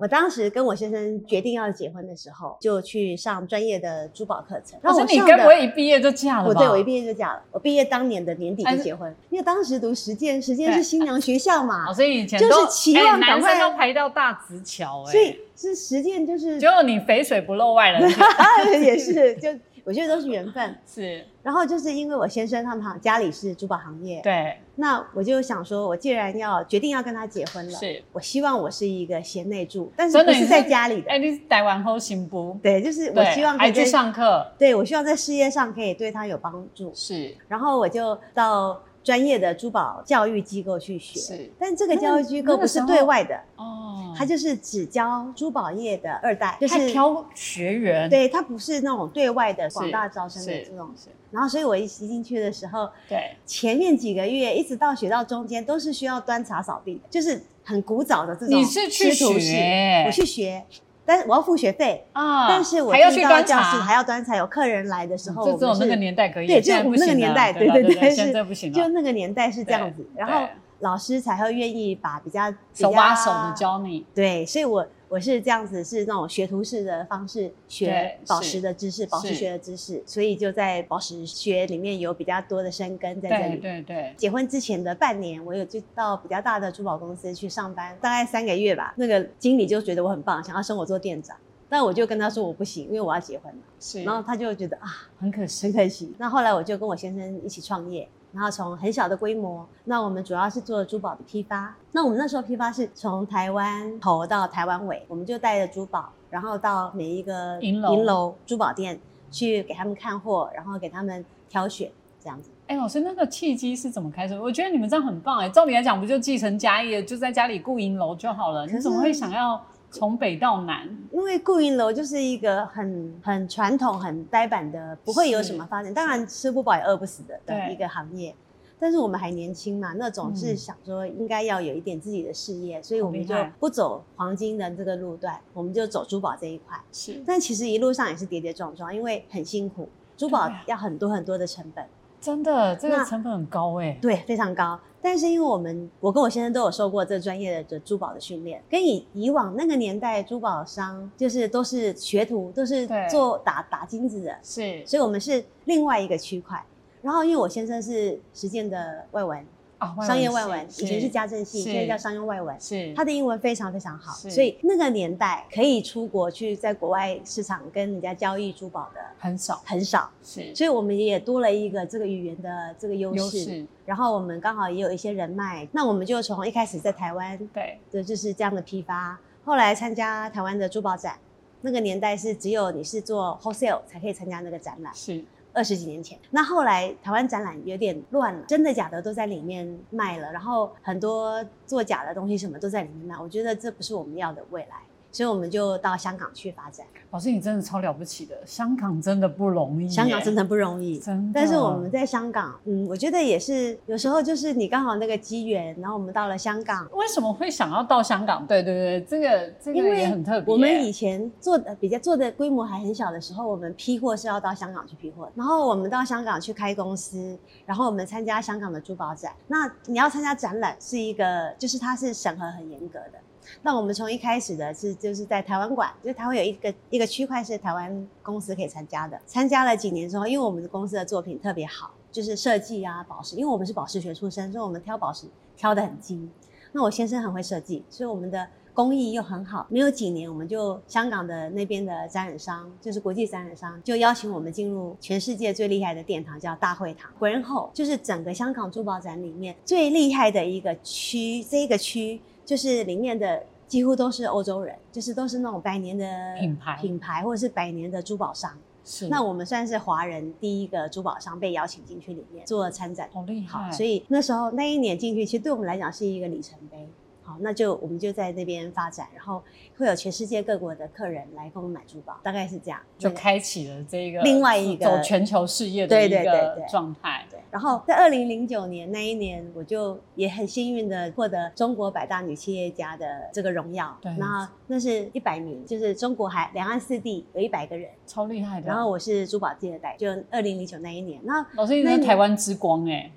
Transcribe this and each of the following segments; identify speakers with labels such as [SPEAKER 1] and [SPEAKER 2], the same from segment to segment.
[SPEAKER 1] 我当时跟我先生决定要结婚的时候，就去上专业的珠宝课程。
[SPEAKER 2] 可
[SPEAKER 1] 我
[SPEAKER 2] 是你
[SPEAKER 1] 上
[SPEAKER 2] 该
[SPEAKER 1] 的
[SPEAKER 2] 不会一毕业就嫁了吧？
[SPEAKER 1] 我对我一毕业就嫁了，我毕业当年的年底
[SPEAKER 2] 哎
[SPEAKER 1] 就结婚，因为当时读实践，实践
[SPEAKER 2] 对
[SPEAKER 1] 是新娘学校嘛
[SPEAKER 2] 哦，，所以以前
[SPEAKER 1] 就是
[SPEAKER 2] 都
[SPEAKER 1] 期
[SPEAKER 2] 哎
[SPEAKER 1] 望
[SPEAKER 2] 男
[SPEAKER 1] 赶
[SPEAKER 2] 生
[SPEAKER 1] 快
[SPEAKER 2] 都排到大直桥哎，
[SPEAKER 1] 所以是实践就是
[SPEAKER 2] 结果你肥水不 漏外人田，
[SPEAKER 1] 也是就我觉得都是缘分。
[SPEAKER 2] 是
[SPEAKER 1] 然后就是因为我先生他们行家里是珠宝行业，
[SPEAKER 2] 对
[SPEAKER 1] 那我就想说，我既然要决定要跟他结婚了，
[SPEAKER 2] 是
[SPEAKER 1] 我希望我是一个贤内助，但是
[SPEAKER 2] 真
[SPEAKER 1] 不
[SPEAKER 2] 的
[SPEAKER 1] 是在家里的，
[SPEAKER 2] 哎，你是台湾后行不？
[SPEAKER 1] 对，就是我
[SPEAKER 2] 对
[SPEAKER 1] 希望可
[SPEAKER 2] 还
[SPEAKER 1] 以
[SPEAKER 2] 去
[SPEAKER 1] 在
[SPEAKER 2] 上课
[SPEAKER 1] 对我希望在事业上可以对他有帮助，
[SPEAKER 2] 是
[SPEAKER 1] 然后我就到专业的珠宝教育机构去学，
[SPEAKER 2] 是
[SPEAKER 1] 但这个
[SPEAKER 2] 那
[SPEAKER 1] 教育机
[SPEAKER 2] 那
[SPEAKER 1] 构
[SPEAKER 2] 个
[SPEAKER 1] 不
[SPEAKER 2] 时
[SPEAKER 1] 是
[SPEAKER 2] 候
[SPEAKER 1] 对外的，
[SPEAKER 2] 哦，
[SPEAKER 1] 它就是只教珠宝业的二代，就
[SPEAKER 2] 还
[SPEAKER 1] 是
[SPEAKER 2] 挑学员
[SPEAKER 1] 对，它不是那种对外的广
[SPEAKER 2] 是
[SPEAKER 1] 大招生的
[SPEAKER 2] 是
[SPEAKER 1] 这种。
[SPEAKER 2] 是
[SPEAKER 1] 然后，所以我一进去的时候，
[SPEAKER 2] 对
[SPEAKER 1] 前面几个月一直到学到中间，都是需要端茶扫地的，就是很古早的这种
[SPEAKER 2] 你是去
[SPEAKER 1] 师徒制
[SPEAKER 2] 学
[SPEAKER 1] 我去学，但是我要付学费，
[SPEAKER 2] 啊，
[SPEAKER 1] 但是我
[SPEAKER 2] 还要
[SPEAKER 1] 进
[SPEAKER 2] 去
[SPEAKER 1] 到
[SPEAKER 2] 端
[SPEAKER 1] 教室
[SPEAKER 2] 茶，嗯
[SPEAKER 1] 还要端茶，有客人来的时候，
[SPEAKER 2] 这只有
[SPEAKER 1] 们
[SPEAKER 2] 那个
[SPEAKER 1] 是
[SPEAKER 2] 年代可以，
[SPEAKER 1] 对，就
[SPEAKER 2] 现在
[SPEAKER 1] 是我
[SPEAKER 2] 不
[SPEAKER 1] 们那个
[SPEAKER 2] 行
[SPEAKER 1] 年
[SPEAKER 2] 了
[SPEAKER 1] 代，
[SPEAKER 2] 对
[SPEAKER 1] 对
[SPEAKER 2] 吧
[SPEAKER 1] 对
[SPEAKER 2] 对，
[SPEAKER 1] 对，
[SPEAKER 2] 现
[SPEAKER 1] 是
[SPEAKER 2] 在不行
[SPEAKER 1] 就
[SPEAKER 2] 了，
[SPEAKER 1] 那个年代是这样
[SPEAKER 2] 对
[SPEAKER 1] 子，然后
[SPEAKER 2] 对
[SPEAKER 1] 老师才会愿意把比较
[SPEAKER 2] 手把手
[SPEAKER 1] 的
[SPEAKER 2] 的教你，
[SPEAKER 1] 对，所以我我是这样子，是那种学徒式的方式学
[SPEAKER 2] 对
[SPEAKER 1] 宝
[SPEAKER 2] 是
[SPEAKER 1] 石的知识，宝石
[SPEAKER 2] 是
[SPEAKER 1] 学的知识，所以就在宝石学里面有比较多的生根在这
[SPEAKER 2] 对
[SPEAKER 1] 里。
[SPEAKER 2] 对对，
[SPEAKER 1] 结婚之前的半年，我有就到比较大的珠宝公司去上班，大概三个月吧。那个经理就觉得我很棒，想要升我做店长，但我就跟他说我不行，因为我要结婚了。
[SPEAKER 2] 是
[SPEAKER 1] 然后他就觉得啊，
[SPEAKER 2] 很可惜，
[SPEAKER 1] 很可惜。那后来我就跟我先生一起创业，然后从很小的规模，那我们主要是做珠宝的批发。那我们那时候批发是从台湾头到台湾尾，我们就带着珠宝，然后到每一个
[SPEAKER 2] 银楼
[SPEAKER 1] 珠宝店去给他们看货，然后给他们挑选这样子。
[SPEAKER 2] 哎，老师，那个契机是怎么开始？我觉得你们这样很棒哎。照理来讲，不就继承家业，就在家里雇银楼就好了。
[SPEAKER 1] 可是
[SPEAKER 2] 你怎么会想要从北到南？
[SPEAKER 1] 因为顾云楼就是一个很很传统、很呆板的，不会有什么发展。当然吃不饱也饿不死的的
[SPEAKER 2] 对
[SPEAKER 1] 一个行业。但是我们还年轻嘛，那总是
[SPEAKER 2] 嗯
[SPEAKER 1] 想说应该要有一点自己的事业，所以我们就
[SPEAKER 2] 好厉害
[SPEAKER 1] 不走黄金的这个路段，我们就走珠宝这一块。
[SPEAKER 2] 是
[SPEAKER 1] 但其实一路上也是跌跌撞撞，因为很辛苦，珠宝
[SPEAKER 2] 对啊
[SPEAKER 1] 要很多很多的成本，
[SPEAKER 2] 真的，这
[SPEAKER 1] 那
[SPEAKER 2] 个成本很高哎。
[SPEAKER 1] 对，非常高。但是因为我们，我跟我先生都有受过这专业的这珠宝的训练，跟以以往那个年代珠宝商就是都是学徒，都是
[SPEAKER 2] 对
[SPEAKER 1] 做打打金子的，
[SPEAKER 2] 是
[SPEAKER 1] 所以我们是另外一个区块。然后因为我先生是实践的外文，
[SPEAKER 2] 啊，
[SPEAKER 1] 商业外文，
[SPEAKER 2] 是
[SPEAKER 1] 以前是家政系，
[SPEAKER 2] 是
[SPEAKER 1] 现在叫商用外文。
[SPEAKER 2] 是
[SPEAKER 1] 他的英文非常非常好，
[SPEAKER 2] 是
[SPEAKER 1] 所以那个年代可以出国去在国外市场跟人家交易珠宝的
[SPEAKER 2] 很少
[SPEAKER 1] 很少，
[SPEAKER 2] 是
[SPEAKER 1] 所以我们也多了一个这个语言的这个优
[SPEAKER 2] 优
[SPEAKER 1] 势。
[SPEAKER 2] 势
[SPEAKER 1] 然后我们刚好也有一些人脉，那我们就从一开始在台湾
[SPEAKER 2] 对
[SPEAKER 1] 的就是这样的批发，后来参加台湾的珠宝展，那个年代是只有你是做 wholesale 才可以参加那个展览，
[SPEAKER 2] 是
[SPEAKER 1] 二十几年前。那后来台湾展览有点乱了，真的假的都在里面卖了，然后很多做假的东西什么都在里面卖，我觉得这不是我们要的未来，所以我们就到香港去发展。
[SPEAKER 2] 老师，你真的超了不起的，香港真的不容易耶，
[SPEAKER 1] 香港真的不容易，
[SPEAKER 2] 真的，
[SPEAKER 1] 但是我们在香港，嗯，我觉得也是，有时候就是你刚好那个机缘，然后我们到了香港，
[SPEAKER 2] 为什么会想要到香港？对对对，这个这
[SPEAKER 1] 因
[SPEAKER 2] 个
[SPEAKER 1] 为
[SPEAKER 2] 也很特别。
[SPEAKER 1] 我们以前做的比较做的规模还很小的时候，我们批货是要到香港去批货，然后我们到香港去开公司，然后我们参加香港的珠宝展。那你要参加展览是一个，就是它是审核很严格的。那我们从一开始的是就是在台湾馆，就是它会有一个一个区块是台湾公司可以参加的。参加了几年之后，因为我们的公司的作品特别好，就是设计啊宝石，因为我们是宝石学出身，所以我们挑宝石挑得很精。那我先生很会设计，所以我们的工艺又很好。没有几年，我们就香港的那边的展览商，就是国际展览商，就邀请我们进入全世界最厉害的殿堂，叫大会堂。回人后就是整个香港珠宝展里面最厉害的一个区，这个区就是里面的。几乎都是欧洲人，就是都是那种百年的
[SPEAKER 2] 品牌嗯
[SPEAKER 1] 品牌或者是百年的珠宝商。
[SPEAKER 2] 是
[SPEAKER 1] 那我们算是华人第一个珠宝商被邀请进去里面做参展。
[SPEAKER 2] 好厉
[SPEAKER 1] 好，
[SPEAKER 2] 害，
[SPEAKER 1] 所以那时候那一年进去，其实对我们来讲是一个里程碑。好，那就我们就在那边发展，然后会有全世界各国的客人来跟我们买珠宝，大概是这样。
[SPEAKER 2] 就
[SPEAKER 1] 对
[SPEAKER 2] 开启了这个
[SPEAKER 1] 另外一个
[SPEAKER 2] 走全球事业的
[SPEAKER 1] 对
[SPEAKER 2] 一
[SPEAKER 1] 对对
[SPEAKER 2] 个
[SPEAKER 1] 对
[SPEAKER 2] 状态。
[SPEAKER 1] 对，然后在二零零九年那一年，我就也很幸运的获得中国百大女企业家的这个荣耀。
[SPEAKER 2] 对
[SPEAKER 1] 那那是一百名，就是中国还两岸四地有一百个人，
[SPEAKER 2] 超厉害的。啊
[SPEAKER 1] 然后我是珠宝界的代表，就二零零九那一年，那
[SPEAKER 2] 老师，你
[SPEAKER 1] 那
[SPEAKER 2] 是
[SPEAKER 1] 你
[SPEAKER 2] 台湾之光哎、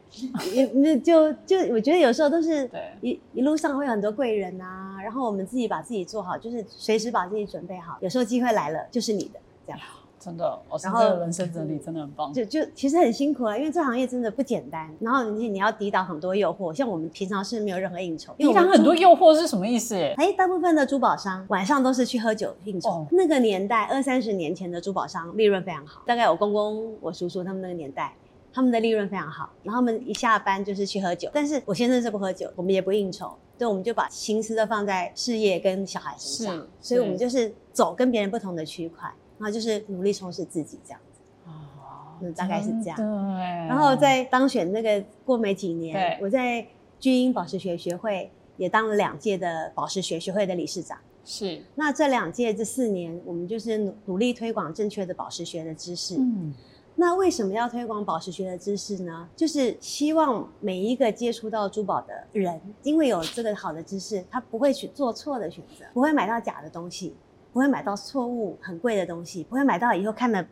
[SPEAKER 1] 也那就就我觉得有时候都是
[SPEAKER 2] 对
[SPEAKER 1] 一一路上会有很多贵人啊，然后我们自己把自己做好，就是随时把自己准备好，有时候机会来了就是你的，这样
[SPEAKER 2] 真的，我是
[SPEAKER 1] 然
[SPEAKER 2] 这
[SPEAKER 1] 后
[SPEAKER 2] 个人生整理真的很棒。
[SPEAKER 1] 就就其实很辛苦啊，因为这行业真的不简单，然后你你要抵挡很多诱惑，像我们平常是没有任何应酬，因为
[SPEAKER 2] 你
[SPEAKER 1] 我们
[SPEAKER 2] 讲很多诱惑是什么意思？欸
[SPEAKER 1] 哎，大部分的珠宝商晚上都是去喝酒应酬。
[SPEAKER 2] 哦
[SPEAKER 1] 那个年代，二三十年前的珠宝商利润非常好，大概我公公、我叔叔他们那个年代。他们的利润非常好，然后他们一下班就是去喝酒，但是我先生是不喝酒，我们也不应酬，所以我们就把心思都放在事业跟小孩身上
[SPEAKER 2] 是，
[SPEAKER 1] 所以我们
[SPEAKER 2] 是
[SPEAKER 1] 就是走跟别人不同的区块，然后就是努力充实自己这样。
[SPEAKER 2] 哦
[SPEAKER 1] 嗯大概是这样
[SPEAKER 2] 真的耶
[SPEAKER 1] 然后在当选那个过没几年
[SPEAKER 2] 嗯对，
[SPEAKER 1] 我在巨婴宝石学学会也当了两届的宝石学学会的理事长。
[SPEAKER 2] 是
[SPEAKER 1] 那这两届这四年，我们就是努努力推广正确的宝石学的知识。
[SPEAKER 2] 嗯
[SPEAKER 1] 那为什么要推广宝石学的知识呢？就是希望每一个接触到珠宝的人，因为有这个好的知识，他不会去做错的选择，不会买到假的东西，不会买到错误很贵的东西，不会买到以后看了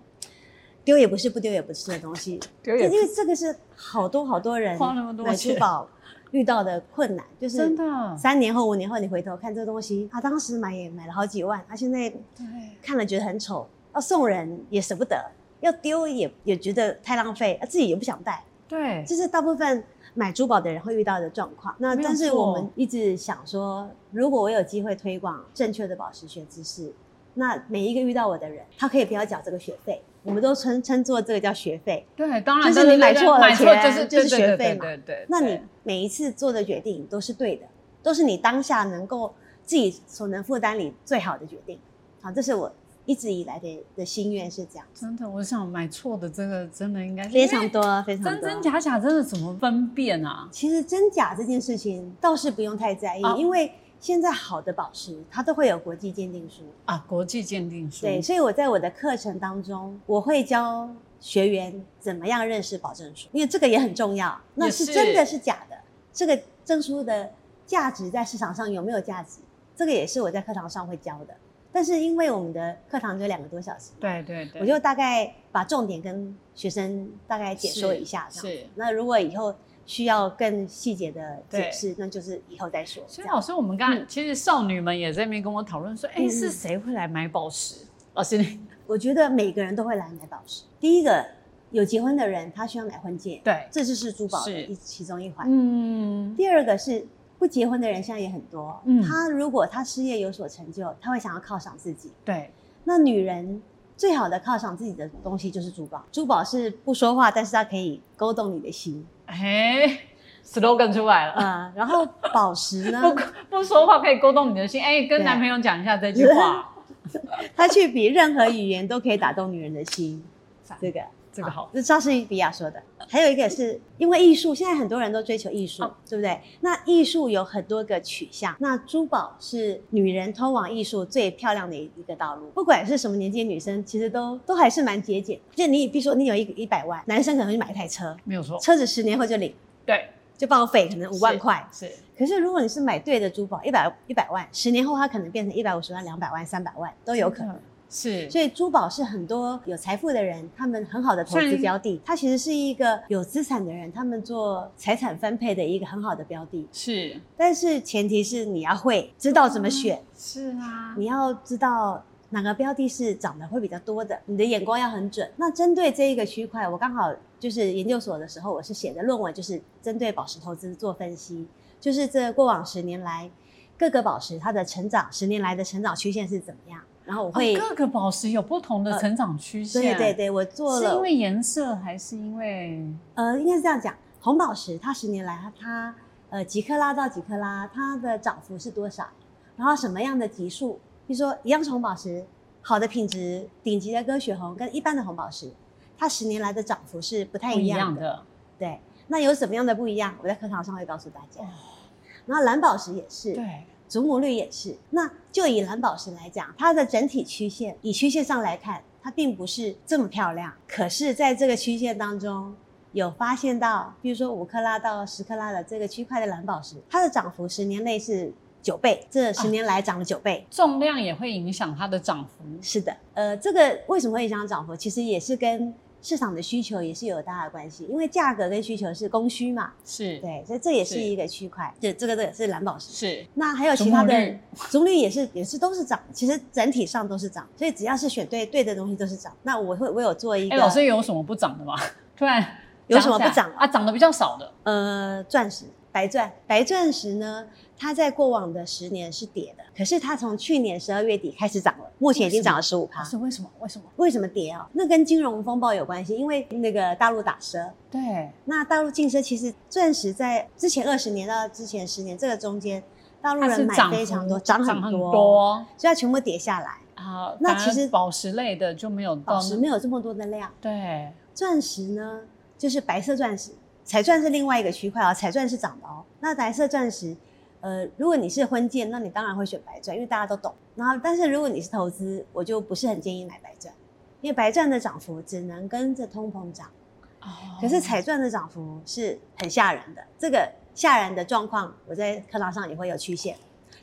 [SPEAKER 1] 丢也不是，不丢也不是的东西。
[SPEAKER 2] 丢
[SPEAKER 1] 因为这个是好多好多人
[SPEAKER 2] 花那么多
[SPEAKER 1] 买
[SPEAKER 2] 钱
[SPEAKER 1] 珠宝遇到的困难，就是
[SPEAKER 2] 真的啊
[SPEAKER 1] 三年后、五年后，你回头看这东西，他当时买也买了好几万，他现在
[SPEAKER 2] 对
[SPEAKER 1] 看了觉得很丑，要送人也舍不得，要丢也也觉得太浪费，啊自己也不想戴，
[SPEAKER 2] 对
[SPEAKER 1] 这是大部分买珠宝的人会遇到的状况。那
[SPEAKER 2] 没有
[SPEAKER 1] 但是
[SPEAKER 2] 错
[SPEAKER 1] 我们一直想说，如果我有机会推广正确的宝石学知识，那每一个遇到我的人，他可以不要缴这个学费，我们都称称作这个叫学费。
[SPEAKER 2] 对，当然
[SPEAKER 1] 就是
[SPEAKER 2] 对
[SPEAKER 1] 你
[SPEAKER 2] 对
[SPEAKER 1] 买
[SPEAKER 2] 对
[SPEAKER 1] 错了
[SPEAKER 2] 买错就
[SPEAKER 1] 钱
[SPEAKER 2] 是
[SPEAKER 1] 就是
[SPEAKER 2] 对对
[SPEAKER 1] 学
[SPEAKER 2] 对
[SPEAKER 1] 费嘛
[SPEAKER 2] 对对，对
[SPEAKER 1] 那你
[SPEAKER 2] 对
[SPEAKER 1] 每一次做的决定都是对的，都是你当下能够自己所能负担里最好的决定。好，这是我一直以来的的心愿是这样，
[SPEAKER 2] 真的，我想买错的这个真的应该是
[SPEAKER 1] 非常。多，非
[SPEAKER 2] 因为
[SPEAKER 1] 常多。
[SPEAKER 2] 真真假假真的怎么分辨啊？
[SPEAKER 1] 其实真假这件事情倒是不用太在意，
[SPEAKER 2] 哦
[SPEAKER 1] 因为现在好的宝石它都会有国际鉴定书。
[SPEAKER 2] 啊，国际鉴定书
[SPEAKER 1] 对，所以我在我的课程当中，我会教学员怎么样认识保证书，因为这个也很重要。那
[SPEAKER 2] 也
[SPEAKER 1] 是
[SPEAKER 2] 是
[SPEAKER 1] 真的是假的？这个证书的价值在市场上有没有价值？这个也是我在课堂上会教的。但是因为我们的课堂只有两个多小时，
[SPEAKER 2] 对对对，
[SPEAKER 1] 我就大概把重点跟学生大概解说一下。这样
[SPEAKER 2] 是。
[SPEAKER 1] 那如果以后需要更细节的解
[SPEAKER 2] 对哦
[SPEAKER 1] 释，那就是以后再说。
[SPEAKER 2] 所
[SPEAKER 1] 这
[SPEAKER 2] 以
[SPEAKER 1] 样
[SPEAKER 2] 老师，我们刚才其实少女们也在那边跟我讨论说，哎，
[SPEAKER 1] 嗯
[SPEAKER 2] 是谁会来买宝石？老 师你
[SPEAKER 1] 我觉得每个人都会来买宝石。第一个，有结婚的人他需要买婚戒，
[SPEAKER 2] 对，
[SPEAKER 1] 这就是珠宝的
[SPEAKER 2] 是
[SPEAKER 1] 一其中一环。
[SPEAKER 2] 嗯，
[SPEAKER 1] 第二个是不结婚的人现在也很多，
[SPEAKER 2] 嗯
[SPEAKER 1] 他如果他事业有所成就，他会想要犒赏自己。
[SPEAKER 2] 对，
[SPEAKER 1] 那女人最好的犒赏自己的东西就是珠宝，珠宝是不说话，但是它可以勾动你的心。
[SPEAKER 2] 哎，slogan 出来了，
[SPEAKER 1] 啊。 然后宝石 呢，
[SPEAKER 2] 不 不说话可以勾动你的心，哎，跟
[SPEAKER 1] 对
[SPEAKER 2] 男朋友讲一下这句 话，
[SPEAKER 1] 它去比任何语言都可以打动女人的心。这个
[SPEAKER 2] 这个好，
[SPEAKER 1] 这莎士比亚说的。还有一个是因为艺术，现在很多人都追求艺术，
[SPEAKER 2] 哦
[SPEAKER 1] 对不对？那艺术有很多个取向，那珠宝是女人通往艺术最漂亮的一一个道路。不管是什么年纪的女生，其实都都还是蛮节俭。就你比如说你有一一百万，男生可能会买一台车，
[SPEAKER 2] 没有错，
[SPEAKER 1] 车子十年后就领
[SPEAKER 2] 对，
[SPEAKER 1] 就报废，可能五万块。
[SPEAKER 2] 是
[SPEAKER 1] 可是如果你是买对的珠宝，一百一百万，十年后它可能变成一百五十万、两百万、三百万都有可能。
[SPEAKER 2] 嗯是，
[SPEAKER 1] 所以珠宝是很多有财富的人他们很好的投
[SPEAKER 2] 所
[SPEAKER 1] 资
[SPEAKER 2] 以
[SPEAKER 1] 标的，它其实是一个有资产的人他们做财产分配的一个很好的标的。
[SPEAKER 2] 是
[SPEAKER 1] 但是前提是你要会知道怎么选，
[SPEAKER 2] 是啊，
[SPEAKER 1] 你要知道。哪个标的是涨得会比较多的？你的眼光要很准。那针对这一个区块，我刚好就是研究所的时候，我是写的论文，就是针对宝石投资做分析，就是这过往十年来各个宝石它的成长，十年来的成长曲线是怎么样？然后我
[SPEAKER 2] 哦
[SPEAKER 1] 会、呃
[SPEAKER 2] 各个宝石有不同的成长曲
[SPEAKER 1] 对
[SPEAKER 2] 线，
[SPEAKER 1] 对对，我做了。
[SPEAKER 2] 是因为颜色还是因为
[SPEAKER 1] 呃，应该是这样讲，红宝石它十年来它它呃几克拉到几克拉，它的涨幅是多少？然后什么样的级数？比如说一样是红宝石，好的品质、顶级的鸽血红跟一般的红宝石，它十年来的涨幅是不太
[SPEAKER 2] 不
[SPEAKER 1] 一
[SPEAKER 2] 一
[SPEAKER 1] 样
[SPEAKER 2] 样
[SPEAKER 1] 的。
[SPEAKER 2] 的？
[SPEAKER 1] 对，那有什么样的不一样？我在课堂上会告诉大家。
[SPEAKER 2] 哦
[SPEAKER 1] 然后蓝宝石也是，
[SPEAKER 2] 对，
[SPEAKER 1] 祖母绿也是。那就以蓝宝石来讲，它的整体曲线，以曲线上来看，它并不是这么漂亮。可是，在这个曲线当中，有发现到，比如说五克拉到十克拉的这个区块的蓝宝石，它的涨幅十年内是九倍，这十年来涨了九倍。
[SPEAKER 2] 重量也会影响它的涨幅，
[SPEAKER 1] 啊是的，呃，这个为什么会影响涨幅？其实也是跟市场的需求也是有很大的关系，因为价格跟需求是供需嘛，
[SPEAKER 2] 是
[SPEAKER 1] 对，所以这也是
[SPEAKER 2] 是
[SPEAKER 1] 一个区块。这这个这个是蓝宝石。
[SPEAKER 2] 是
[SPEAKER 1] 那还有其他的
[SPEAKER 2] 中国绿
[SPEAKER 1] 中率也是也是都是涨，其实整体上都是涨，所以只要是选对对的东西都是涨。那我会我有做一个，
[SPEAKER 2] 哎，老师有什么不涨的吗？ 突然
[SPEAKER 1] 有什么
[SPEAKER 2] 想起来
[SPEAKER 1] 不涨的
[SPEAKER 2] 啊？涨得比较少的
[SPEAKER 1] 呃，钻石、白钻、白钻石呢，它在过往的十年是跌的，可是它从去年十二月底开始涨了，目前已经涨了十五趴。
[SPEAKER 2] 是为什么？为什么？
[SPEAKER 1] 为什么跌啊？那跟金融风暴有关系，因为那个大陆打奢，
[SPEAKER 2] 对，
[SPEAKER 1] 那大陆禁奢其实钻石在之前二十年到之前十年这个中间，大陆
[SPEAKER 2] 它
[SPEAKER 1] 人
[SPEAKER 2] 啊是
[SPEAKER 1] 买
[SPEAKER 2] 涨
[SPEAKER 1] 非常多，
[SPEAKER 2] 幅
[SPEAKER 1] 涨
[SPEAKER 2] 涨很
[SPEAKER 1] 很多，
[SPEAKER 2] 多
[SPEAKER 1] 所以它全部跌下来。
[SPEAKER 2] 啊。
[SPEAKER 1] 那
[SPEAKER 2] 反
[SPEAKER 1] 其
[SPEAKER 2] 而
[SPEAKER 1] 实
[SPEAKER 2] 宝石类的就没有到
[SPEAKER 1] 宝石没有这么多的量，
[SPEAKER 2] 对
[SPEAKER 1] 钻石呢就是白色钻石，彩钻是另外一个区块哦，彩钻是涨的哦。那白色钻石，呃，如果你是婚戒，那你当然会选白钻，因为大家都懂。然后，但是如果你是投资，我就不是很建议买白钻，因为白钻的涨幅只能跟着通膨涨，
[SPEAKER 2] 哦
[SPEAKER 1] 可是彩钻的涨幅是很吓人的。这个吓人的状况，我在课堂上也会有曲线，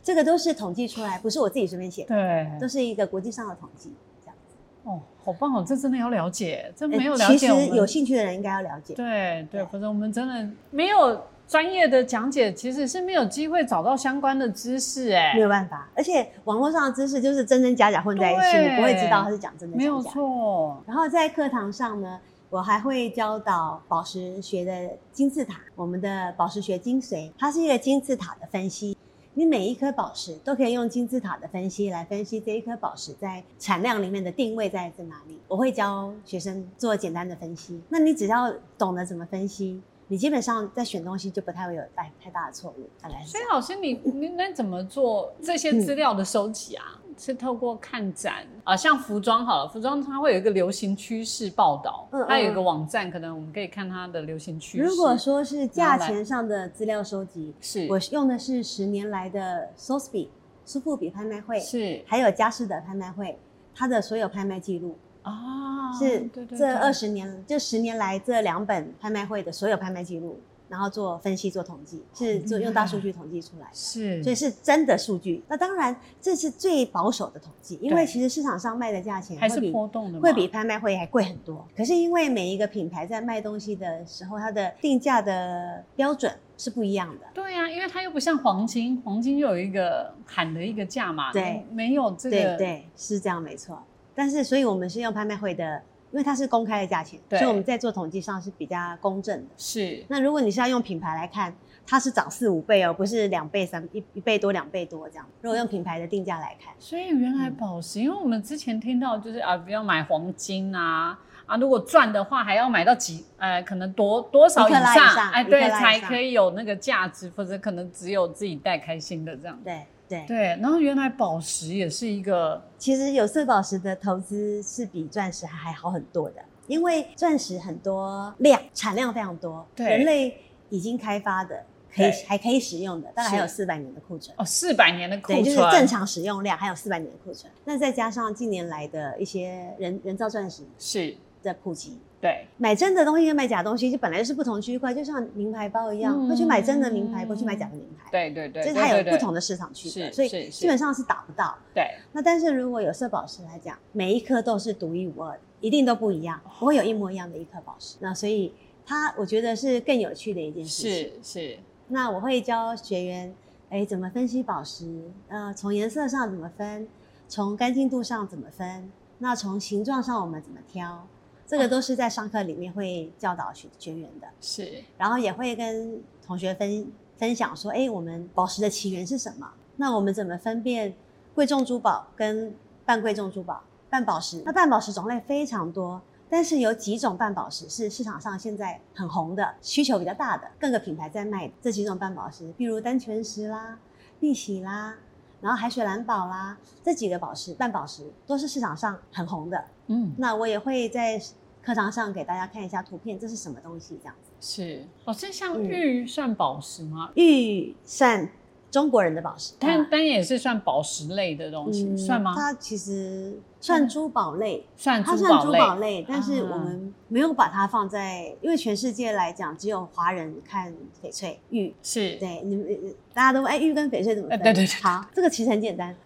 [SPEAKER 1] 这个都是统计出来，不是我自己随便写的，
[SPEAKER 2] 对
[SPEAKER 1] 都是一个国际上的统计。这样
[SPEAKER 2] 哦，好棒哦，这真的要了解，这
[SPEAKER 1] 呃
[SPEAKER 2] 没有了
[SPEAKER 1] 其
[SPEAKER 2] 解
[SPEAKER 1] 实
[SPEAKER 2] 我们。
[SPEAKER 1] 有兴趣的人应该要了解。
[SPEAKER 2] 对对，不是我们真的没有专业的讲解，其实是没有机会找到相关的知识哎
[SPEAKER 1] 没，有办法，而且网络上的知识就是真真假假混在一起，
[SPEAKER 2] 对
[SPEAKER 1] 你不会知道他是讲真的
[SPEAKER 2] 没有
[SPEAKER 1] 假假。
[SPEAKER 2] 错，
[SPEAKER 1] 然后在课堂上呢，我还会教导宝石学的金字塔，我们的宝石学精髓，它是一个金字塔的分析。你每一颗宝石都可以用金字塔的分析来分析这一颗宝石在产量里面的定位在在哪里。我会教学生做简单的分析，那你只要懂得怎么分析，你基本上在选东西就不太会有太太大的错误。大概是这
[SPEAKER 2] 所以
[SPEAKER 1] 样
[SPEAKER 2] 老师你你那怎么做这些资料的收集啊？
[SPEAKER 1] 嗯
[SPEAKER 2] 是透过看展啊，像服装好了，服装它会有一个流行趋势报道
[SPEAKER 1] 嗯嗯，
[SPEAKER 2] 它有一个网站，可能我们可以看它的流行趋势。
[SPEAKER 1] 如果说是价
[SPEAKER 2] 拿来
[SPEAKER 1] 钱上的资料收集，
[SPEAKER 2] 是
[SPEAKER 1] 我用的是十年来的 Sotheby's 苏富比拍卖会，
[SPEAKER 2] 是
[SPEAKER 1] 还有佳士得拍卖会，它的所有拍卖记录、
[SPEAKER 2] 啊，
[SPEAKER 1] 是
[SPEAKER 2] 对对
[SPEAKER 1] 这
[SPEAKER 2] 对
[SPEAKER 1] 二十年就十年来这两本拍卖会的所有拍卖记录，然后做分析做统计，是做
[SPEAKER 2] 厉
[SPEAKER 1] 用大
[SPEAKER 2] 害
[SPEAKER 1] 数据统计出来的。
[SPEAKER 2] 哦是，
[SPEAKER 1] 所以是真的数据，那当然这是最保守的统计，因为
[SPEAKER 2] 对
[SPEAKER 1] 其实市场上卖的价钱
[SPEAKER 2] 还
[SPEAKER 1] 会
[SPEAKER 2] 是
[SPEAKER 1] 比
[SPEAKER 2] 波动的嘛，
[SPEAKER 1] 会比拍卖会还贵很多。可是因为每一个品牌在卖东西的时候，它的定价的标准是不一样的。
[SPEAKER 2] 对呀、因为它又不像黄金，黄金又有一个喊的一个价嘛，
[SPEAKER 1] 对
[SPEAKER 2] 没没有这
[SPEAKER 1] 对
[SPEAKER 2] 个
[SPEAKER 1] 对，是这样没错。但是，所以我们是用拍卖会的，因为它是公开的价钱，
[SPEAKER 2] 对
[SPEAKER 1] 所以我们在做统计上是比较公正的。
[SPEAKER 2] 是
[SPEAKER 1] 那如果你是要用品牌来看，它是涨四五倍哦，不是两倍三一一倍多两倍多这样。如果用品牌的定价来看，
[SPEAKER 2] 所以原
[SPEAKER 1] 嗯
[SPEAKER 2] 来宝石，因为我们之前听到就是啊，不要买黄金啊啊，如果赚的话还要买到几呃，可能多多少
[SPEAKER 1] 一克拉以上
[SPEAKER 2] 哎，
[SPEAKER 1] 一克拉
[SPEAKER 2] 对，
[SPEAKER 1] 以上
[SPEAKER 2] 才可以有那个价值，否则可能只有自己带开心的这样。
[SPEAKER 1] 对对，
[SPEAKER 2] 对，然后原来宝石也是一个
[SPEAKER 1] 其实有色宝石的投资是比钻石还好很多的，因为钻石很多量产量非常多，
[SPEAKER 2] 对
[SPEAKER 1] 人类已经开发的可以
[SPEAKER 2] 对
[SPEAKER 1] 还可以使用的，大概还有
[SPEAKER 2] 是
[SPEAKER 1] 四百年的库存。
[SPEAKER 2] 哦，四百年的库
[SPEAKER 1] 对，
[SPEAKER 2] 存，
[SPEAKER 1] 就是正常使用量，还有四百年的库存。那再加上近年来的一些人人造钻石
[SPEAKER 2] 是，
[SPEAKER 1] 的普及，
[SPEAKER 2] 对，
[SPEAKER 1] 买真的东西跟买假东西，就本来就是不同区块，就像名牌包一样，
[SPEAKER 2] 嗯
[SPEAKER 1] 会去买真的名牌，不会去买假的名牌。
[SPEAKER 2] 对对嗯对，
[SPEAKER 1] 就是它有
[SPEAKER 2] 对
[SPEAKER 1] 不同，的市场区
[SPEAKER 2] 是
[SPEAKER 1] 隔，所
[SPEAKER 2] 是
[SPEAKER 1] 以
[SPEAKER 2] 是
[SPEAKER 1] 基本上是打不到。
[SPEAKER 2] 对
[SPEAKER 1] 那但是如果有色宝石来讲，每一颗都是独一无二的，一定都不一样，不会有一模一样的一颗宝石。那所以它，我觉得是更有趣的一件
[SPEAKER 2] 对
[SPEAKER 1] 事情。
[SPEAKER 2] 是是，
[SPEAKER 1] 那我会教学员，哎，怎么分析宝石？呃，从颜色上怎么分？从干净度上怎么分？那从形状上我们怎么挑？这个都是在上课里面会教导学学员的，
[SPEAKER 2] 是
[SPEAKER 1] 然后也会跟同学分分享说，哎，我们宝石的起源是什么？那我们怎么分辨贵重珠宝跟半贵重珠宝、半宝石？那半宝石种类非常多。但是有几种半宝石是市场上现在很红的，需求比较大的，各个品牌在卖的这几种半宝石，比如丹泉石啦、碧玺啦，然后海水蓝宝啦，这几个宝石半宝石都是市场上很红的。
[SPEAKER 2] 嗯。
[SPEAKER 1] 那我也会在课堂上给大家看一下图片，这是什么东西这样子。
[SPEAKER 2] 是，老师像
[SPEAKER 1] 嗯
[SPEAKER 2] 玉算宝石吗？
[SPEAKER 1] 玉算中国人的宝石，
[SPEAKER 2] 但
[SPEAKER 1] 它嗯
[SPEAKER 2] 但也是算宝石类的东西，算吗？嗯
[SPEAKER 1] 它其实算珠宝类，
[SPEAKER 2] 算
[SPEAKER 1] 它
[SPEAKER 2] 珠
[SPEAKER 1] 算
[SPEAKER 2] 宝
[SPEAKER 1] 珠
[SPEAKER 2] 类。
[SPEAKER 1] 宝类，但是
[SPEAKER 2] 啊
[SPEAKER 1] 我们没有把它放在，因为全世界来讲，只有华人看翡翠玉。
[SPEAKER 2] 是，
[SPEAKER 1] 对，你们呃大家都问哎，玉跟翡翠怎么分？
[SPEAKER 2] 哎对对对
[SPEAKER 1] 好，这个其实很简单，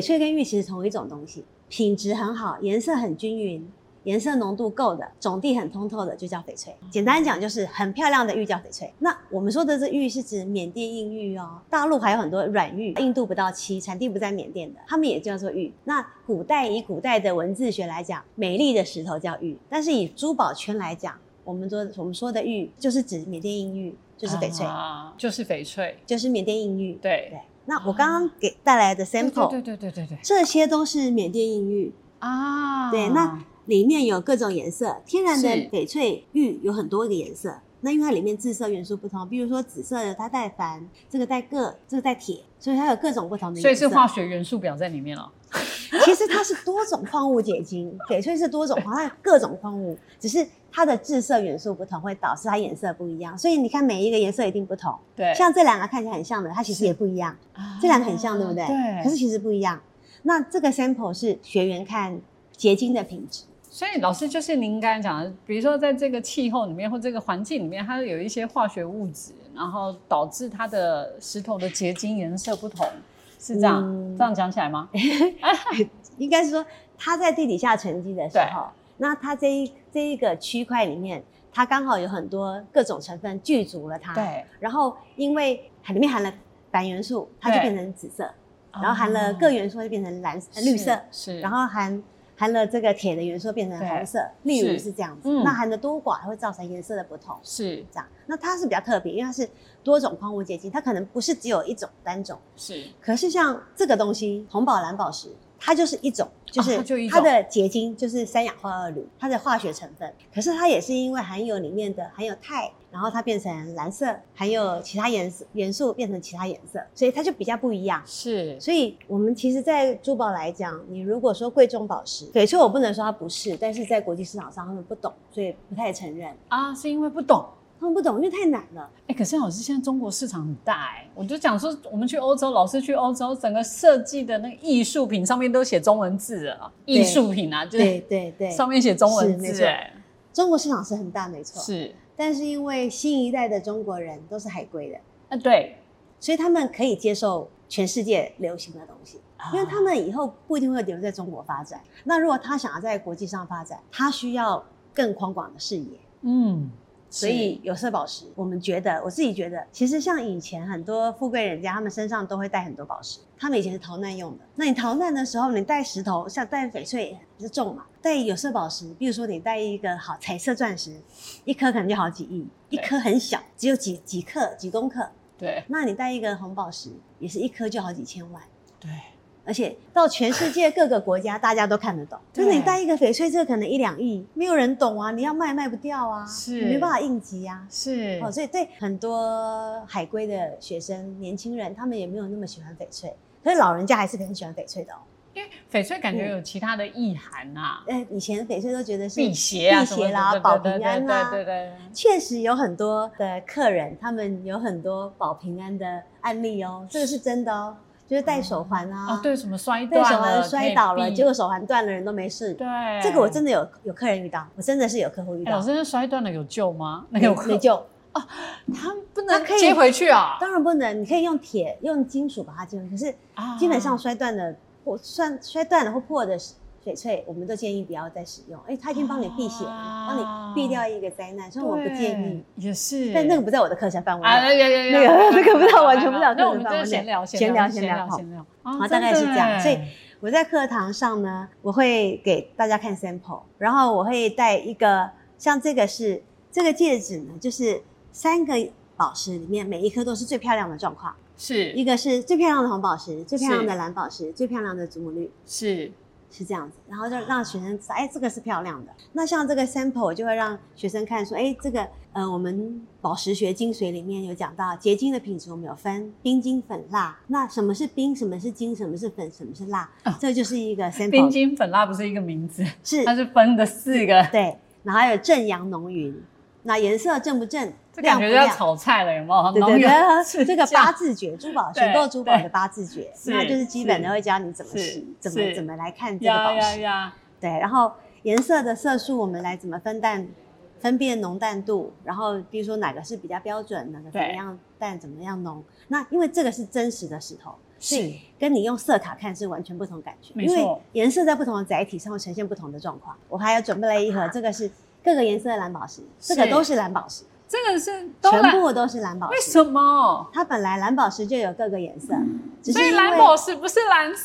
[SPEAKER 1] 翡翠跟玉其实同一种东西，品质很好，颜色很均匀，颜色浓度够的、种地很通透的就叫翡翠。简单讲就是很漂亮的玉叫翡翠。那我们说的这玉是指缅甸硬玉哦，大陆还有很多软玉，硬度不到七，产地不在缅甸的，他们也叫做玉。那古代以古代的文字学来讲，美丽的石头叫玉，但是以珠宝圈来讲，我们说我们说的玉就是指缅甸硬玉，就是翡翠，
[SPEAKER 2] 啊，就是翡翠，
[SPEAKER 1] 就是缅甸硬玉。
[SPEAKER 2] 对哦
[SPEAKER 1] 对，那我刚刚给带来的 sample，
[SPEAKER 2] 对对对对对对
[SPEAKER 1] 这些都是缅甸硬玉，
[SPEAKER 2] 啊，
[SPEAKER 1] 对那里面有各种颜色，天然的
[SPEAKER 2] 是
[SPEAKER 1] 翡翠玉有很多个颜色。那因为它里面自色元素不同，比如说紫色的它带矾，这个带铬，这个带铁，所以它有各种不同的
[SPEAKER 2] 所以
[SPEAKER 1] 颜色。
[SPEAKER 2] 是化学元素表在里面了。
[SPEAKER 1] 其实它是多种矿物结 晶，翡翠是多种矿，它有各种矿物，只是它的致色元素不同，会导致它颜色不一样。所以你看每一个颜色一定不同，
[SPEAKER 2] 对，
[SPEAKER 1] 像这两个看起来很像的，它其实
[SPEAKER 2] 是
[SPEAKER 1] 也不一样。
[SPEAKER 2] 啊
[SPEAKER 1] 这两个很像，对不对？
[SPEAKER 2] 对。
[SPEAKER 1] 可是其实不一样。那这个 sample 是学员看结晶的品质，
[SPEAKER 2] 所以老师就是您刚才讲的，比如说在这个气候里面或这个环境里面，它有一些化学物质，然后导致它的石头的结晶颜色不同，是这样、
[SPEAKER 1] 嗯
[SPEAKER 2] 这样讲起来吗？
[SPEAKER 1] 应该是说它在地底下沉积的时候，那它这一这一个区块里面，它刚好有很多各种成分聚足了它。。
[SPEAKER 2] 对，
[SPEAKER 1] 然后因为里面含了钒元素，它就
[SPEAKER 2] 对
[SPEAKER 1] 变成紫色；然后含了
[SPEAKER 2] 哦
[SPEAKER 1] 铬元素，它就变成蓝呃绿色；
[SPEAKER 2] 是，啊嗯是
[SPEAKER 1] 然后含含了这个铁的元素变成红色。例如是这样子，
[SPEAKER 2] 嗯
[SPEAKER 1] 那含的多寡它会造成颜色的不同。
[SPEAKER 2] 是
[SPEAKER 1] 这样，那它是比较特别，因为它是多种矿物结晶，它可能不是只有一种单种。
[SPEAKER 2] 是
[SPEAKER 1] 可是像这个东西，红宝蓝宝石，它就是一种，就是
[SPEAKER 2] 哦它就一种
[SPEAKER 1] 它的结晶就是三氧化二铝，它的化学成分。可是它也是因为含有里面的含有钛，然后它变成蓝色，含有其他颜色元素变成其他颜色，所以它就比较不一样。
[SPEAKER 2] 是
[SPEAKER 1] 所以，我们其实，在珠宝来讲，你如果说贵重宝石，翡翠我不能说它不是，但是在国际市场上他们不懂，所以不太承认。
[SPEAKER 2] 啊，是因为不懂。
[SPEAKER 1] 他们不懂，因为太难了。
[SPEAKER 2] 哎、可是老师，现在中国市场很大哎、我就讲说，我们去欧洲，老师去欧洲，整个设计的那个艺术品上面都写中文字了，
[SPEAKER 1] 对
[SPEAKER 2] 艺术品啊，就是
[SPEAKER 1] 对对对，
[SPEAKER 2] 上面写中文
[SPEAKER 1] 是没
[SPEAKER 2] 字
[SPEAKER 1] 错
[SPEAKER 2] 哎、
[SPEAKER 1] 中国市场是很大，没错。
[SPEAKER 2] 是，
[SPEAKER 1] 但是因为新一代的中国人都是海归的，
[SPEAKER 2] 啊对，
[SPEAKER 1] 所以他们可以接受全世界流行的东西，啊
[SPEAKER 2] 啊
[SPEAKER 1] 因为他们以后不一定会留在中国发展。那如果他想要在国际上发展，他需要更宽广的视野。
[SPEAKER 2] 嗯，
[SPEAKER 1] 所
[SPEAKER 2] 是
[SPEAKER 1] 以有色宝石，我们觉得，我自己觉得，其实像以前很多富贵人家，他们身上都会带很多宝石，他们以前是逃难用的。那你逃难的时候，你带石头，像带翡翠是重嘛，带有色宝石，比如说你带一个好彩色钻石，一颗可能就好几亿，一
[SPEAKER 2] 对
[SPEAKER 1] 颗很小，只有几几克几公克。
[SPEAKER 2] 对
[SPEAKER 1] 那你带一个红宝石，也是一颗就好几千万。
[SPEAKER 2] 对
[SPEAKER 1] 而且到全世界各个国家，大家都看得懂。
[SPEAKER 2] 对
[SPEAKER 1] 就是你带一个翡翠，这个可能一两亿，没有人懂啊，你要卖卖不掉啊，
[SPEAKER 2] 是
[SPEAKER 1] 你没办法应急啊。
[SPEAKER 2] 是
[SPEAKER 1] 哦，所以对很多海归的学生、年轻人，他们也没有那么喜欢翡翠，可是老人家还是很喜欢翡翠的哦。
[SPEAKER 2] 因为翡翠感觉
[SPEAKER 1] 嗯
[SPEAKER 2] 有其他的意涵啊，
[SPEAKER 1] 呃，以前翡翠都觉得是
[SPEAKER 2] 辟邪啊，
[SPEAKER 1] 辟
[SPEAKER 2] 什么
[SPEAKER 1] 邪
[SPEAKER 2] 的
[SPEAKER 1] 啦、
[SPEAKER 2] 对
[SPEAKER 1] 保
[SPEAKER 2] 对
[SPEAKER 1] 平
[SPEAKER 2] 对
[SPEAKER 1] 安啦。啊
[SPEAKER 2] 对对对对，
[SPEAKER 1] 确实有很多的客人，他们有很多保平安的案例哦，这个是真的哦，就是戴手环啊，
[SPEAKER 2] 啊对，什么摔
[SPEAKER 1] 戴手
[SPEAKER 2] 断了，
[SPEAKER 1] 环摔倒
[SPEAKER 2] 可
[SPEAKER 1] 了，
[SPEAKER 2] 以避
[SPEAKER 1] 结果手环断了，人都没事。
[SPEAKER 2] 对，
[SPEAKER 1] 这个我真
[SPEAKER 2] 的，
[SPEAKER 1] 的有有客人遇到，我真的是有客户遇
[SPEAKER 2] 老
[SPEAKER 1] 到，
[SPEAKER 2] 师那摔断了有救吗？那
[SPEAKER 1] 没
[SPEAKER 2] 有哦
[SPEAKER 1] 没救，
[SPEAKER 2] 他不能
[SPEAKER 1] 他可以
[SPEAKER 2] 接回去啊，
[SPEAKER 1] 当然不能，你可以用铁、用金属把它接回去，可是
[SPEAKER 2] 啊
[SPEAKER 1] 基本上摔断的或算摔断了或破的翡翠，我们都建议不要再使用，因为它已经帮你避险了，帮、你避掉一个灾难，所以我不建议。
[SPEAKER 2] 哦啊对，也是，
[SPEAKER 1] 但那个不在我的课程范围
[SPEAKER 2] 啊，
[SPEAKER 1] 内。
[SPEAKER 2] 有
[SPEAKER 1] 那个
[SPEAKER 2] 有
[SPEAKER 1] 那个不知道完全不知道
[SPEAKER 2] 那我
[SPEAKER 1] 这个地
[SPEAKER 2] 们
[SPEAKER 1] 方
[SPEAKER 2] 就
[SPEAKER 1] 我
[SPEAKER 2] 闲聊，
[SPEAKER 1] 闲
[SPEAKER 2] 聊，
[SPEAKER 1] 聊
[SPEAKER 2] 闲
[SPEAKER 1] 闲聊好
[SPEAKER 2] 闲聊啊
[SPEAKER 1] 好大概是这样所以
[SPEAKER 2] 真的耶
[SPEAKER 1] 我在课堂上呢，我会给大家看 sample，然后我会带一个，像这个是这个戒指呢，就是三个宝石里面每一颗都是最漂亮的状况，
[SPEAKER 2] 是
[SPEAKER 1] 一个是最漂亮的红宝石，最漂亮的蓝宝石，最漂亮的祖母绿。
[SPEAKER 2] 是
[SPEAKER 1] 是这样子，然后
[SPEAKER 2] 啊
[SPEAKER 1] 就让学生知道，哎，这个是漂亮的。那像这个 sample 就会让学生看说，哎，这个呃，我们宝石学精髓里面有讲到结晶的品质，我们有分冰、晶、粉、蜡。那什么是冰？什么是晶？什么是粉？什么是蜡？这就是一个 sample，
[SPEAKER 2] 啊 冰晶粉蜡不是一个名字，
[SPEAKER 1] 是
[SPEAKER 2] 它是分的四个，
[SPEAKER 1] 对，然后还有正阳浓云，那颜色正不正？
[SPEAKER 2] 这感觉
[SPEAKER 1] 亮不
[SPEAKER 2] 要
[SPEAKER 1] 亮
[SPEAKER 2] 炒菜了，有没有？
[SPEAKER 1] 对
[SPEAKER 2] 农
[SPEAKER 1] 对
[SPEAKER 2] 友
[SPEAKER 1] 对，这个八字诀珠宝
[SPEAKER 2] 啊对
[SPEAKER 1] 选购珠宝
[SPEAKER 2] 对
[SPEAKER 1] 的八字诀，
[SPEAKER 2] 是
[SPEAKER 1] 那就是基本的
[SPEAKER 2] 是
[SPEAKER 1] 会教你怎么
[SPEAKER 2] 是
[SPEAKER 1] 洗，怎么
[SPEAKER 2] 是
[SPEAKER 1] 怎么来看这个
[SPEAKER 2] 呀
[SPEAKER 1] 宝
[SPEAKER 2] 呀
[SPEAKER 1] 石。
[SPEAKER 2] 呀，
[SPEAKER 1] 对，然后颜色的色素我们来怎么分淡，分辨浓淡度，然后比如说哪个是比较标准，哪个怎么
[SPEAKER 2] 对
[SPEAKER 1] 样淡，怎么样浓。那因为这个是真实的石头，所以
[SPEAKER 2] 是
[SPEAKER 1] 跟你用色卡看是完全不同感觉，
[SPEAKER 2] 没
[SPEAKER 1] 因为
[SPEAKER 2] 错
[SPEAKER 1] 颜色在不同的载体上会呈现不同的状况。我还有准备了一盒，这个是各个颜色的蓝宝石，这个
[SPEAKER 2] 是
[SPEAKER 1] 都是蓝宝石，
[SPEAKER 2] 这个是都
[SPEAKER 1] 全
[SPEAKER 2] 蓝，
[SPEAKER 1] 部都是蓝宝
[SPEAKER 2] 为
[SPEAKER 1] 石。
[SPEAKER 2] 什么？
[SPEAKER 1] 它本来蓝宝石就有各个颜色，只
[SPEAKER 2] 所
[SPEAKER 1] 是
[SPEAKER 2] 以
[SPEAKER 1] 因
[SPEAKER 2] 蓝
[SPEAKER 1] 为
[SPEAKER 2] 宝石不是蓝色，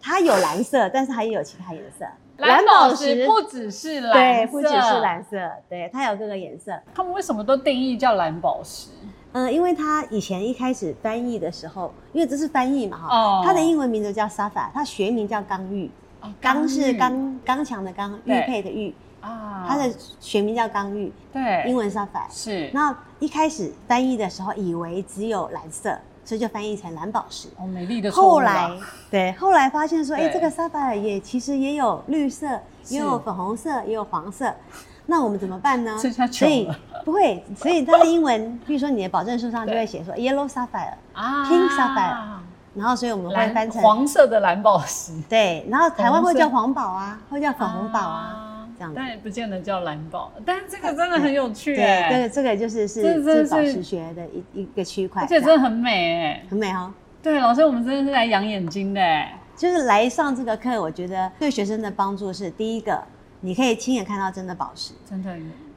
[SPEAKER 1] 它有蓝色，但是它也有其他颜色。
[SPEAKER 2] 蓝宝石不只是蓝色，
[SPEAKER 1] 对，不只是。蓝色，对，它有各个颜色。
[SPEAKER 2] 他们为什么都定义叫蓝宝石？
[SPEAKER 1] 呃，因为它以前一开始翻译的时候，因为这是翻译嘛哈，
[SPEAKER 2] 哦
[SPEAKER 1] 它的英文名字叫 Safa，它学名叫刚玉，
[SPEAKER 2] 哦
[SPEAKER 1] 刚是
[SPEAKER 2] 玉
[SPEAKER 1] 刚刚强的刚，玉
[SPEAKER 2] 对
[SPEAKER 1] 佩的玉，
[SPEAKER 2] 啊，
[SPEAKER 1] 它的学名叫刚玉，
[SPEAKER 2] 对
[SPEAKER 1] 英文 Safa。
[SPEAKER 2] 是
[SPEAKER 1] 那一开始翻译的时候，以为只有蓝色，所以就翻译成蓝宝石。
[SPEAKER 2] 哦，美丽的错误啊
[SPEAKER 1] 后来，对，后来发现说，哎、这
[SPEAKER 2] 对
[SPEAKER 1] 个 sapphire 也其实也有绿色，
[SPEAKER 2] 是
[SPEAKER 1] 也有粉红色，也有黄色，那我们怎么办呢？
[SPEAKER 2] 这下
[SPEAKER 1] 所
[SPEAKER 2] 穷
[SPEAKER 1] 以
[SPEAKER 2] 了
[SPEAKER 1] 不会，所以它的英文， 比如说你的保证书上就会写说 yellow sapphire，
[SPEAKER 2] 啊
[SPEAKER 1] pink sapphire 然后所以我们会翻
[SPEAKER 2] 蓝
[SPEAKER 1] 成
[SPEAKER 2] 黄色的蓝宝石，
[SPEAKER 1] 对，然后台湾
[SPEAKER 2] 红
[SPEAKER 1] 会
[SPEAKER 2] 色
[SPEAKER 1] 叫黄宝啊，会叫粉红宝啊，这样子
[SPEAKER 2] 但也不见得叫蓝宝，但是这个真的很有趣
[SPEAKER 1] 对，这
[SPEAKER 2] 哎，
[SPEAKER 1] 个这个就是是
[SPEAKER 2] 这真的
[SPEAKER 1] 是宝
[SPEAKER 2] 是
[SPEAKER 1] 石学的一一个区块，
[SPEAKER 2] 而且
[SPEAKER 1] 这样
[SPEAKER 2] 真的很美哎。
[SPEAKER 1] 很美哦。
[SPEAKER 2] 对，老师，我们真的是来养眼睛的哎。
[SPEAKER 1] 就是来上这个课，我觉得对学生的帮助是第一个，你可以亲眼看到真的宝石。
[SPEAKER 2] 真的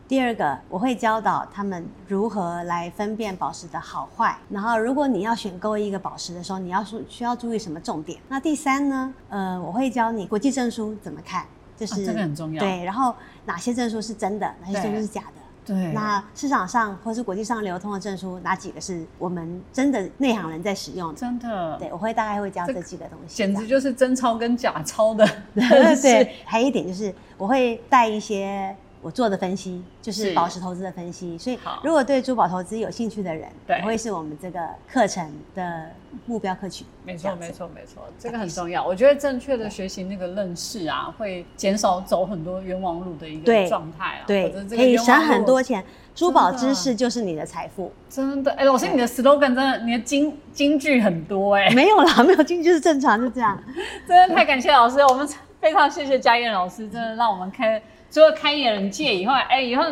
[SPEAKER 1] 第二个，我会教导他们如何来分辨宝石的好坏。然后，如果你要选购一个宝石的时候，你要说需要注意什么重点。那第三呢，呃，我会教你国际证书怎么看，就是、
[SPEAKER 2] 啊这个很重要
[SPEAKER 1] 对，然后哪些证书是真的，哪些证书是假的。
[SPEAKER 2] 对，
[SPEAKER 1] 那市场上或是国际上流通的证书，哪几个是我们真的内行人在使用的？
[SPEAKER 2] 真的
[SPEAKER 1] 对，我会大概会教这几个东西。
[SPEAKER 2] 简
[SPEAKER 1] 这
[SPEAKER 2] 直
[SPEAKER 1] 样
[SPEAKER 2] 就是真钞跟假钞的认识
[SPEAKER 1] 对，还有一点就是我会带一些我做的分析，就是
[SPEAKER 2] 是
[SPEAKER 1] 宝石投资的分析。所以
[SPEAKER 2] 好
[SPEAKER 1] 如果对珠宝投资有兴趣的人，
[SPEAKER 2] 对
[SPEAKER 1] 我会是我们这个课程的目标客群。
[SPEAKER 2] 没
[SPEAKER 1] 这
[SPEAKER 2] 错，
[SPEAKER 1] 样子
[SPEAKER 2] 没。错，没错，这个很重要。我觉得正确的学习那个认识啊，会减少走很多冤枉路的一
[SPEAKER 1] 对
[SPEAKER 2] 个状态啊。
[SPEAKER 1] 对
[SPEAKER 2] 否则，这个
[SPEAKER 1] 可以
[SPEAKER 2] 冤枉
[SPEAKER 1] 省很
[SPEAKER 2] 路
[SPEAKER 1] 多。钱。珠宝
[SPEAKER 2] 真
[SPEAKER 1] 知
[SPEAKER 2] 的
[SPEAKER 1] 识就是你的财 富，
[SPEAKER 2] 真的，哎，老师，
[SPEAKER 1] 对嗯
[SPEAKER 2] 你的 slogan 真的，你的金金句很多哎，
[SPEAKER 1] 没有啦，没有进去就是正常，就这样。
[SPEAKER 2] 真的太感谢老师，我们非常谢谢嘉燕老师，真的让我们开除了开眼界以外，哎，以后。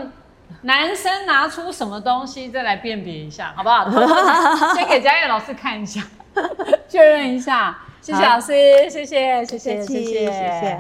[SPEAKER 2] 男生拿出什么东西再来辨别一下，好不 好？偷偷先给嘉燕老师看一下，确认一下。谢谢
[SPEAKER 1] 好
[SPEAKER 2] 老师，谢谢，谢
[SPEAKER 1] 谢
[SPEAKER 2] 谢，
[SPEAKER 1] 谢，谢谢。